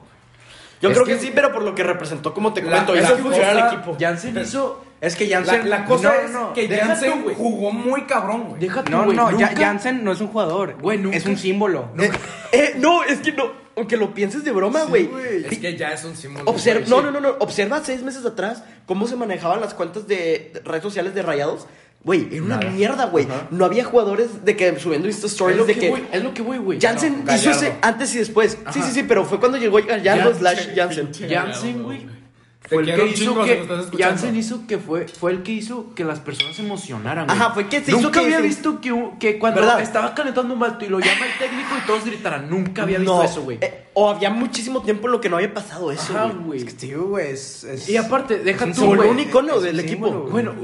A: Yo
B: Es
A: creo que,
B: que-
A: sí, pero por lo que representó, como te
C: La-
A: comento,
C: la
A: hizo
C: cosa-
A: funcionar al equipo.
B: Jansen hizo.
D: Es que
C: La,
D: Jansen.
C: la cosa
D: no,
C: es
D: no,
C: que
D: deja
C: Jansen
D: tú, güey.
C: jugó muy cabrón, güey.
B: Deja tú,
D: No,
B: güey,
D: no, ya-
B: nunca-
D: Jansen no es un jugador.
B: Güey, nunca.
D: Es un símbolo.
A: Eh, eh, no, es que no, aunque lo pienses de broma, güey.
C: Es que ya es un símbolo.
A: Observa,
C: güey.
A: no, no, no, no, observa seis meses atrás cómo se manejaban las cuentas de de redes sociales de Rayados. Güey, era una mierda, güey. No había jugadores de que subiendo Insta
B: Es
A: Stories
B: lo
A: de
B: que,
A: que...
B: voy, es lo que voy, güey.
A: Jansen hizo ese antes y después. Sí, sí, sí, pero fue cuando llegó Gallardo
B: Jansen,
A: slash Jansen.
C: pinche.
B: Jansen, güey.
C: Te
B: Fue el
C: quiero
B: que
C: un
B: hizo
C: chingo si me
B: que.
C: estás escuchando.
B: Jansen hizo que fue. Fue el que hizo que las personas se emocionaran, güey.
A: Ajá, fue que se hizo
B: Nunca
A: que-
B: había
A: se-
B: visto que, un- que cuando
A: ¿Verdad?
B: estaba calentando un vato y lo llama el técnico y todos gritaran. Nunca había visto
A: No,
B: eso, güey.
A: eh, o había muchísimo tiempo en lo que no había pasado eso,
B: Ajá,
A: güey.
B: güey.
D: Es que, sí, güey, es, es-
B: Y aparte, deja
D: es un
B: tú,
A: Se volvió
B: güey.
A: un icono
D: es un
A: del equipo.
D: símbolo, güey.
B: Bueno,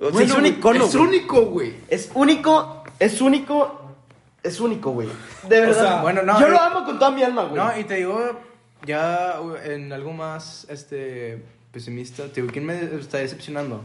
A: O sea,
B: bueno,
A: es un
B: güey,
A: icono.
B: Es
A: güey.
B: único, güey.
A: Es único, es único, es único, güey. De verdad.
C: sea,
D: bueno, no,
A: Yo
D: eh,
A: lo amo con toda mi alma, güey.
D: No, y te digo, uh, ya u- en algo más este pesimista, te digo, ¿quién me está decepcionando?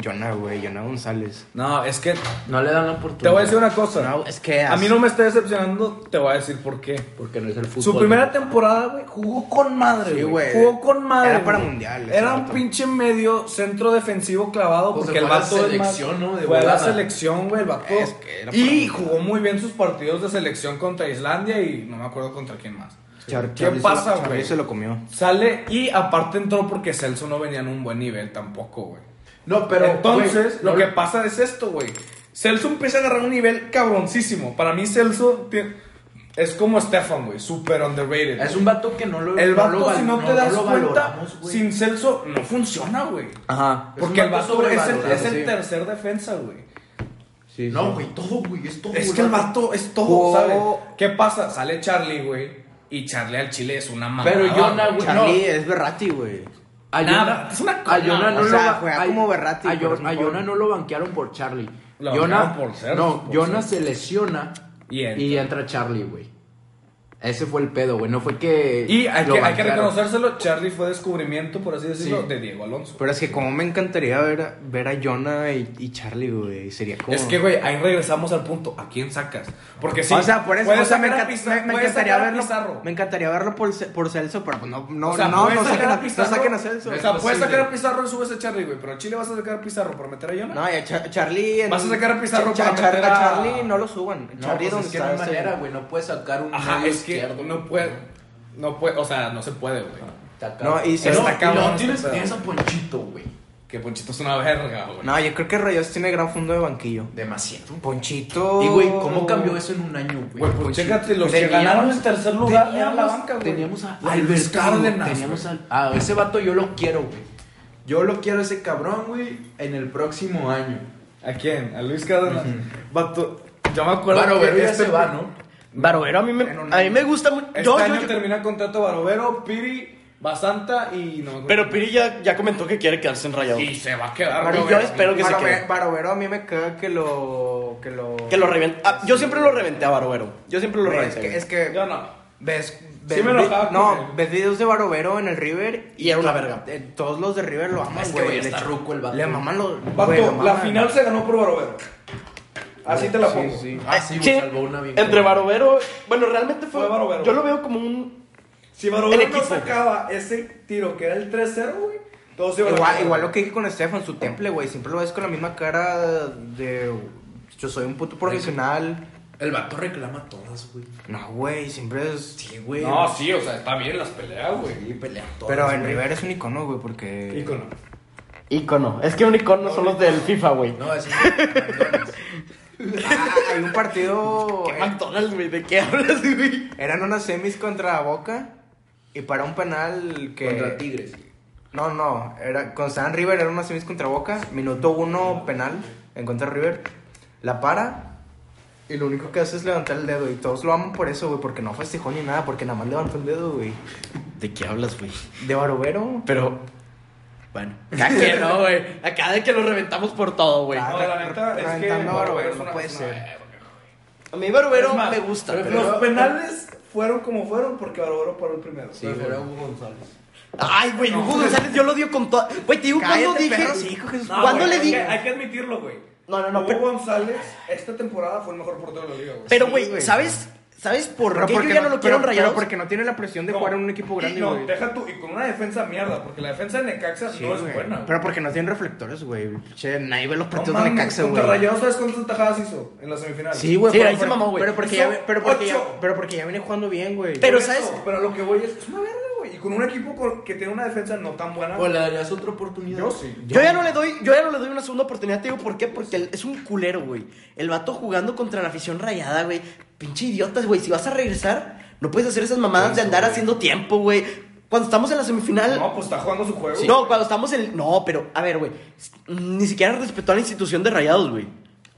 D: Jonah, güey, Jonah González.
C: No, es que
B: No le dan la oportunidad.
C: te voy a decir una cosa.
D: No, es que
C: a mí no me está decepcionando, te voy a decir por qué.
B: Porque no es el fútbol.
C: Su primera temporada, güey, jugó con madre,
D: Sí,
C: güey.
D: güey.
C: Jugó con madre.
D: Era para
C: güey.
D: mundial, ese
C: Era un
D: vato.
C: pinche medio centro defensivo clavado
B: Pues
C: porque el
B: fue a la
C: vato es más-
B: selección, ¿no? De
C: fue a la
B: volada.
C: selección, güey, el vato.
D: Es que era para
C: y
D: mundial.
C: jugó muy bien sus partidos de selección contra Islandia y no me acuerdo contra quién más.
D: Char-
C: ¿Qué
D: Charlie se-
C: pasa,
D: Charlie
C: güey?
D: se lo comió.
C: Sale y aparte entró porque Celso no venía en un buen nivel tampoco, güey.
B: No, pero.
C: Entonces,
B: güey,
C: lo
B: no-
C: que pasa es esto, güey. Celso empieza a agarrar un nivel cabroncísimo. Para mí, Celso tie- es como Stefan, güey. Super underrated.
B: Es un vato que no lo.
C: El
B: no lo
C: vato,
B: val-
C: si no te das
B: lo
C: cuenta,
B: valoramos, güey.
C: sin Celso no funciona, güey.
D: Ajá.
B: Es
C: Porque
B: un
C: el
B: vato
C: vato es el,
B: sobrevalorado,
C: es el
D: sí.
C: tercer defensa, güey.
D: Sí,
B: No,
D: sí.
B: güey, todo, güey. Es todo.
C: Es que el vato es todo,
D: Jugó-
C: ¿sabes? ¿Qué pasa? Sale Charlie, güey. Y Charlie al Chile es una mamada.
B: Pero Jonah,
C: güey.
B: güey,
D: Charlie
B: no.
D: es Berratti, güey.
B: A
C: Ah, Nada,
B: Jonah-
C: es una
B: a Jonah
C: cagada,
B: no
D: o
B: lo
D: sea,
B: ba-
D: juega
B: a-
D: como Berratti,
B: A,
D: pero
B: Jon-
D: es un
B: a
D: joven.
B: Jonah no lo banquearon por Charlie.
C: Lo
B: Jonah,
C: banquearon por ser-
B: no,
C: por
B: Jonah
C: ser.
B: se lesiona
C: Y
B: y
C: entra.
B: entra, Charlie, güey. Ese fue el pedo, güey. No fue que.
C: Y hay
B: lo
C: que, hay que
B: banquearon.
C: reconocérselo, Charlie fue descubrimiento, por así decirlo,
B: Sí.
C: de Diego Alonso.
D: Pero es que como me encantaría ver, a- ver a Jonah y, y Charlie, güey. Sería como...
C: Es que, güey, ahí regresamos al punto. ¿A quién sacas? Porque sí.
D: o sea, por eso,
C: puedes
D: o sea, me,
C: sacar a
D: encan-
C: Pizar-
D: me- me
C: puedes
D: encantaría
C: sacar a
D: verlo,
C: Pizarro.
D: me encantaría verlo por, Ce- por Celso, pero pues no, no,
C: O sea,
D: no,
C: puedes
D: no,
C: sacar
D: saquen a,
C: a
D: no
C: Pizarro.
D: saquen a Celso.
C: O sea, puedes
D: Sí,
C: sacar a Pizarro y subes a Charlie, güey. Pero a Chile vas a sacar a Pizarro por meter a Jonah.
D: No, y a Cha- Charlie... en-
C: Vas a sacar a Pizarro para
D: Char-
C: meter
D: a
C: a-
D: Charlie no lo suban.
B: No, pues
D: Charlie donde
B: es que no hay
D: está, este sí.
B: manera, güey. No puedes sacar un.
C: Ajá,
B: medio
C: es que
B: izquierdo,
C: no
B: güey.
C: puede. No puede, o sea, no se puede, güey.
B: Está cabrón.
D: No, y se-
B: No,
D: está
B: y
C: cabrón
B: luego
C: este
B: tienes,
C: pedo.
B: tienes a Ponchito, güey.
C: Que Ponchito es una verga, güey.
D: No, yo creo que Rayos tiene gran fondo de banquillo.
B: Demasiado.
D: Ponchito...
B: Y, güey, ¿cómo cambió eso en un año, güey?
C: Güey, pues
B: Ponchito.
C: chécate, los que
D: Teníamos-
C: ganaron el tercer lugar eran
B: teníamos,
C: la banca, güey.
B: Teníamos a
C: Luis
B: Albert
C: Cárdenas,
B: Cárdenas. Teníamos
C: güey.
B: al- a ese vato yo lo quiero, güey. Yo lo quiero a ese cabrón, güey, en el próximo año.
C: ¿A quién? A Luis Cárdenas. Vato, yo me acuerdo
B: Pero
C: que
B: ya
C: este
B: se va, ¿no?
A: Barovero, a mí me, a mí me gusta mucho.
C: Este
A: Yo, yo-
C: año
A: yo-
C: termina contrato Barovero, Piri, Basanta y no me acuerdo.
A: Pero Piri ya, ya comentó que quiere quedarse en Rayados.
C: Y se va a quedar,
A: Pero
C: güey.
A: yo espero que se
D: Barovero-
A: quede.
D: Barovero a mí me caga que lo... Que lo...
A: Que lo reventé. yo siempre lo reventé a Barovero. Yo siempre lo
D: Güey,
A: reventé.
D: Es que,
A: güey.
D: es que
C: Yo no.
D: ves, ves
C: me enojaba
D: vi-
C: con
D: no,
C: él.
D: ves videos de Barovero en el River
A: Y era una verga.
D: eh, todos los de River lo aman,
B: Es que,
D: güey.
B: güey,
D: le
B: está
D: ch-
B: ruco el vato.
D: Le maman los
C: Vato,
D: güey, lo
C: la
D: maman.
C: final se ganó por Barovero. Así te la
D: Sí,
C: pongo.
D: sí.
B: Ah, sí,
A: Sí,
B: güey, salvó una bien.
A: entre Barovero. Bueno, realmente fue.
C: Fue Barovero.
A: Yo lo veo como un.
C: Si
A: El
C: Barovero no
A: equipo.
C: sacaba ese tiro que era el 3-0, güey, todos se iban a
D: Igual,
C: quedar.
D: igual lo que dije con Estefan, su temple, güey. Siempre lo ves con la misma cara de. Yo soy un puto profesional.
B: El vato reclama todas, güey.
D: No, güey, siempre es.
B: Sí, güey.
C: No, sí, o sea, está bien las peleas, güey.
B: Y pelea todas.
D: Pero en
B: güey.
D: River es un icono, güey, porque.
C: Ícono.
A: Icono. Es que un icono son los del FIFA, güey.
B: No, es
D: Ah, hay un partido.
A: ¿Qué McDonald's, güey? ¿De qué hablas, güey?
D: Eran unas semis contra Boca. Y para un penal que.
B: contra Tigres.
D: No, no, era, con San River era una semis contra Boca, minuto uno penal en contra de River, la para y lo único que hace es levantar el dedo y todos lo aman por eso, güey, porque no festejó ni nada, porque nada más levantó el dedo, güey.
A: ¿De qué hablas, güey?
D: De Barovero,
A: Pero. Bueno. Acá que no, güey. Acá de que lo reventamos por todo, güey.
D: Ah,
C: No, la neta es que
D: Reventando a Barovero,
C: es
D: no
C: una
D: puede
C: persona
D: ser.
C: verga.
A: A mí Barovero
C: Es más,
A: me gusta,
C: pero
A: pero.
C: Los penales fueron como fueron porque Barovero paró el primero.
B: Sí, güey. Era Hugo González.
A: Ay, güey, Hugo González, yo lo dio con toda. Güey, te digo cuando
D: Cállate,
A: dije.
D: perro, sí, hijo, Jesús.
C: No,
A: ¿Cuándo
C: güey,
A: le
C: hay
A: di?
C: que- Hay que admitirlo, güey.
A: No, no, no,
C: Hugo
A: pero-
C: González, esta temporada fue el mejor portero de la liga, güey.
A: Pero,
D: Sí,
A: güey,
D: güey.
A: ¿sabes? ¿Sabes por
D: Pero
A: qué yo ya no, lo quiero en
D: pero-
A: Rayados?
D: pero porque no tiene la presión de
C: No,
D: jugar en un equipo grande,
C: y no,
D: güey.
C: deja tú, y con una defensa mierda, porque la defensa de Necaxa
D: Sí,
C: no es
D: güey.
C: buena. güey.
D: Pero porque no tienen reflectores, güey. Che, nadie ve los
C: No
D: partidos de
C: mames,
D: Necaxa,
C: contra
D: güey.
C: Rayados, ¿sabes cuántas tajadas hizo en la semifinal?
D: Sí, güey,
A: Sí,
D: pero,
A: ahí se mamó, güey.
D: pero porque
C: Hizo
D: ya, pero porque ya,
C: ocho.
D: pero porque ya viene jugando bien, güey.
A: Pero,
C: Por eso,
A: ¿sabes?
C: Pero lo que voy es, es una verga, güey. Y con un equipo con- que tiene una defensa no tan buena.
B: ¿O le darías otra oportunidad?
C: Yo sí.
A: Yo ya no le doy, yo ya no le doy una segunda oportunidad, te digo por qué, porque el- es un culero, güey. El vato jugando contra la afición rayada, güey. Pinche idiotas, güey. Si vas a regresar, no puedes hacer esas mamadas de andar haciendo tiempo, güey. Cuando estamos en la semifinal.
C: No, pues está jugando su juego.
A: no, cuando estamos en. No, pero, a ver, güey. s- Ni siquiera respetó a la institución de rayados, güey.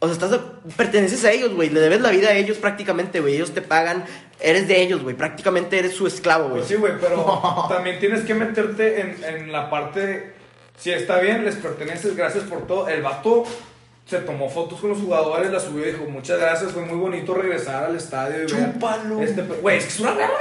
A: O sea, estás de- perteneces a ellos, güey. Le debes la vida a ellos prácticamente, güey. Ellos te pagan. Eres de ellos, güey. Prácticamente eres su esclavo, güey.
C: Pues sí, güey, pero también tienes que meterte en, en la parte. de, Si está bien, les perteneces, gracias por todo. El vato se tomó fotos con los jugadores, la subió y dijo: Muchas gracias, fue muy bonito regresar al estadio. Y ver
A: Chúpalo.
C: Este, pe- güey, es que es una verga,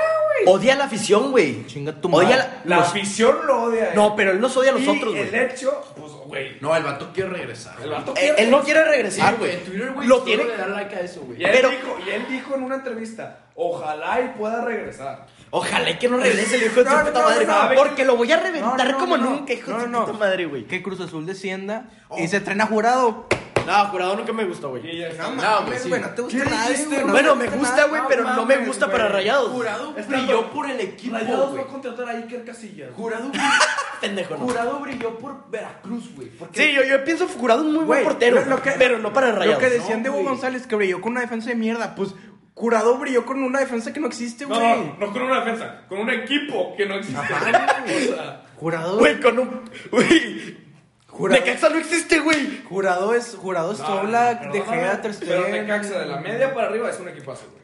A: Odia a la afición, güey.
D: Chinga tu
A: Odia
D: madre.
A: la-
C: La
A: los-
C: afición lo odia. eh.
A: No, pero él nos odia a nosotros,
C: y el
A: güey.
C: hecho, pues, güey.
B: No, el vato quiere regresar.
C: El
B: güey.
C: vato Ah,
A: Eh, Él no quiere regresar,
D: Ah,
B: Sí,
A: güey.
B: En Twitter, güey,
A: Lo
B: solo
A: tiene.
B: le dan like a eso, güey.
C: Y él,
A: pero-
C: dijo, y él dijo en una entrevista: Ojalá y pueda regresar.
A: Ojalá y que no regrese el hijo de
D: No,
A: su puta
D: no,
A: madre.
D: no,
C: no.
A: porque lo voy a
D: No,
A: reventar
D: no, no,
A: como
D: no, no.
A: nunca, hijo
D: No,
A: de su
D: no,
A: puta
D: no.
A: madre, güey.
D: Que Cruz Azul descienda y se trena jurado.
A: No, jurado nunca me gustó,
C: Y
A: güey.
C: ya está.
B: No,
D: mames,
B: güey, sí.
D: güey, no te gusta
C: ¿Qué
D: nada.
C: dijiste,
D: güey, no
A: bueno,
D: te
A: me
D: nada.
A: gusta, güey, pero no me
C: mames,
A: gusta
C: güey.
A: para rayados.
B: Jurado
C: Está
B: brilló
C: todo-
B: por el equipo,
C: Rayados va
B: güey.
C: a contratar a Iker Casillas.
B: Jurado, brilló-
A: Pendejo, no.
B: jurado brilló por Veracruz, güey. porque-
A: Sí, yo, yo pienso que jurado es un muy buen
D: Güey,
A: portero,
D: lo- lo que-
A: pero no para
D: Lo
A: rayados.
D: que decían
B: No,
D: de Hugo
B: güey.
D: González, que brilló con una defensa de mierda. Pues Curado brilló con una defensa que no existe,
C: No,
D: güey.
C: no, no con una defensa, con un equipo que no existe. O sea,
D: Jurado.
A: Güey, con un. Güey.
D: Jurado.
A: Necaxa no existe, güey.
D: Jurado es, jurado es
C: no,
D: Tobla,
C: no,
D: De
C: perdóname,
D: Gea, Ter
C: Pero
D: Stegen.
C: Necaxa, de la media para arriba es un equipazo, güey.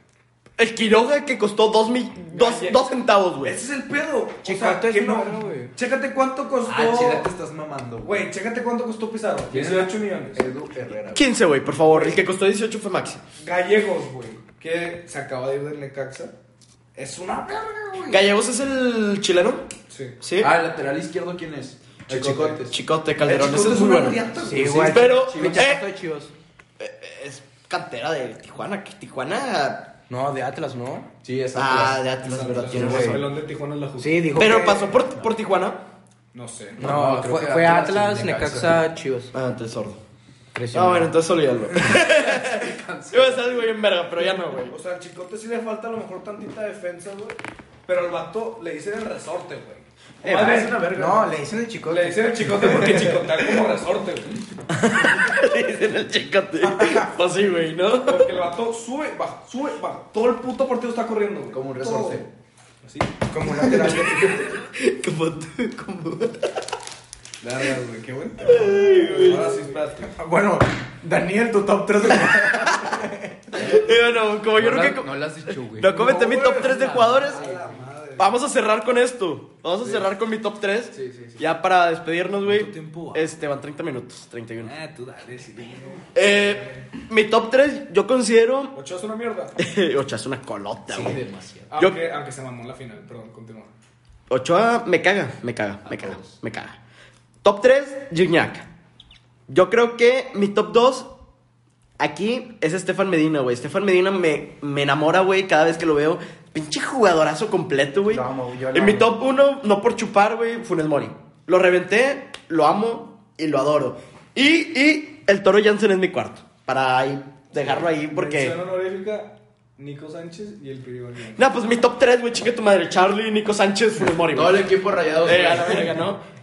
A: El Quiroga que costó dos, mi- dos,
C: Ay,
A: dos centavos, güey.
C: Ese es el pedo. O
D: Chicato
C: sea,
D: es
C: que
D: un
C: no.
D: barrio, güey.
C: Chécate cuánto costó.
B: Ah, chile, te estás mamando, güey.
C: Güey, chécate cuánto costó Pizarro.
B: Tiene-
C: 18 millones.
B: Edu Herrera.
A: 15, güey, por favor. El que costó 18 fue Maxi.
C: Gallegos, güey, que se acaba de ir del Necaxa. Es una verga, güey.
A: Gallegos es el chileno.
C: Sí.
A: Sí.
B: Ah, el lateral izquierdo, ¿quién es? El Chicotes.
A: Chicote
C: El
A: Calderón.
C: Chicote
A: Ese es muy
C: una
A: bueno.
C: riata,
D: Sí,
C: güey.
D: güey.
A: pero-
D: Pinchazo
A: eh.
D: de chivos.
A: Eh, eh, Es cantera de Tijuana. que Tijuana.
D: No, de Atlas, ¿no?
B: Sí, es
A: Ah,
B: Atlas.
A: de Atlas, ¿verdad?
C: El
A: Tienes
D: güey.
A: razón.
C: pelón de Tijuana es la justicia.
D: Sí, dijo
A: Pero
D: que-
A: pasó por, por Tijuana.
C: No sé.
D: No,
B: No, creo
D: fue,
B: que
D: fue
B: Atlas,
D: Atlas,
B: Necaxa.
D: Necaxa, Chivas.
A: Ah, entonces sordo.
D: Creció.
A: Ah, bueno, entonces olvídalo. Iba a decir, güey, en verga, pero ya no, güey.
C: O sea, al Chicote sí le falta a lo mejor tantita defensa, güey. Pero al vato le dicen el resorte, güey. Ah,
A: Eh,
C: Más
A: va,
C: bien,
A: es
D: una verga. No, le dicen el chico.
C: Le dicen el Chicote porque chicotea como resorte, güey.
A: Le dicen el Chicote. Pues sí, güey, ¿no?
C: Porque el vato sube, baja, sube, baja. Todo el puto partido está corriendo, güey.
B: Como un
C: Todo.
B: resorte.
C: Así.
D: Como un lateral.
A: Como tú, como.
C: Verga, güey, qué buen tema. Ahora sí, espérate.
D: Ah, bueno, Daniel, tu top 3
A: Y bueno, como yo
B: No la-
A: nunca.
B: No lo has dicho, güey.
A: No comenté
C: No,
A: mi
C: güey,
A: top 3 de jugadores.
C: madre.
A: Vamos a cerrar con esto. Vamos a cerrar con mi top 3.
B: Sí, sí, sí.
A: Ya para despedirnos, güey.
B: ¿Cuánto tiempo va?
A: Este, van 30 minutos, 31.
C: Eh,
B: Ah, tú dale, sí.
A: Eh, mi top 3 yo considero...
C: Ochoa es una mierda.
A: Ochoa es una colota,
B: Sí,
A: güey.
B: demasiado.
C: Aunque, aunque se mamó en la final, perdón, continúa.
A: Ochoa me caga, me caga, me caga, me caga. Top 3, Gignac. Yo creo que mi top 2 aquí es Estefan Medina, güey. Estefan Medina me, me enamora, güey, cada vez que lo veo. Pinche jugadorazo completo, güey.
D: Lo amo, yo lo
A: En mi
D: amo.
A: top 1, no por chupar, güey, Funes Mori. Lo reventé, lo amo y lo adoro. Y, y el Toro Jansen es mi cuarto. Para ahí, dejarlo ahí porque...
C: Mención honorífica, Nico Sánchez y el Piribón.
A: No, pues mi top 3, güey, chinga tu madre. Charlie, Nico Sánchez, Funes Mori, güey.
B: Todo el equipo rayado.
A: Eh, a la verga, ¿no?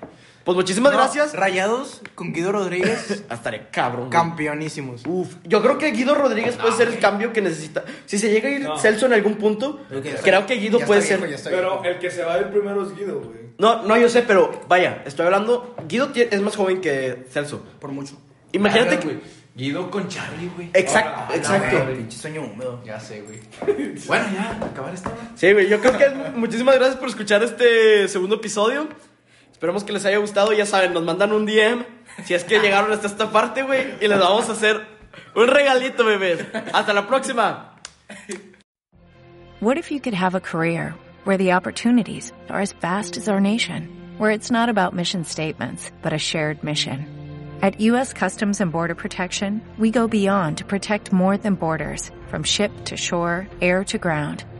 A: Pues muchísimas gracias.
D: Rayados con Guido Rodríguez,
A: Hasta el cabrón. güey.
D: campeonísimos.
A: Uf, yo creo que Guido Rodríguez puede ser el cambio que necesita. Si se llega a ir
C: No.
A: Celso en algún punto,
D: Creo que ya está-
A: creo que Guido
D: ya
A: puede
D: está
A: ser.
D: viejo, ya está
C: Pero
D: viejo.
C: el que se va a ir primero es Guido, güey.
A: no, no, yo sé, pero vaya, estoy hablando. Guido tie- es más joven que Celso.
D: Por mucho.
A: Imagínate que.
B: güey. Guido con Charlie, güey.
A: Exacto,
D: Ah,
A: exacto.
D: Pinche sueño húmedo.
B: Ya sé, güey. Bueno, ya, acabar esta.
A: Sí, güey, yo creo que muchísimas gracias por escuchar este segundo episodio. Esperemos que les haya gustado. Ya saben, nos mandan un DM si es que llegaron hasta esta parte, güey, y les vamos a hacer un regalito, bebés. Hasta la próxima.
E: What if you could have a career where the opportunities are as vast as our nation, where it's not about mission statements, but a shared mission? At U.S. Customs and Border Protection, we go beyond to protect more than borders. From ship to shore, air to ground,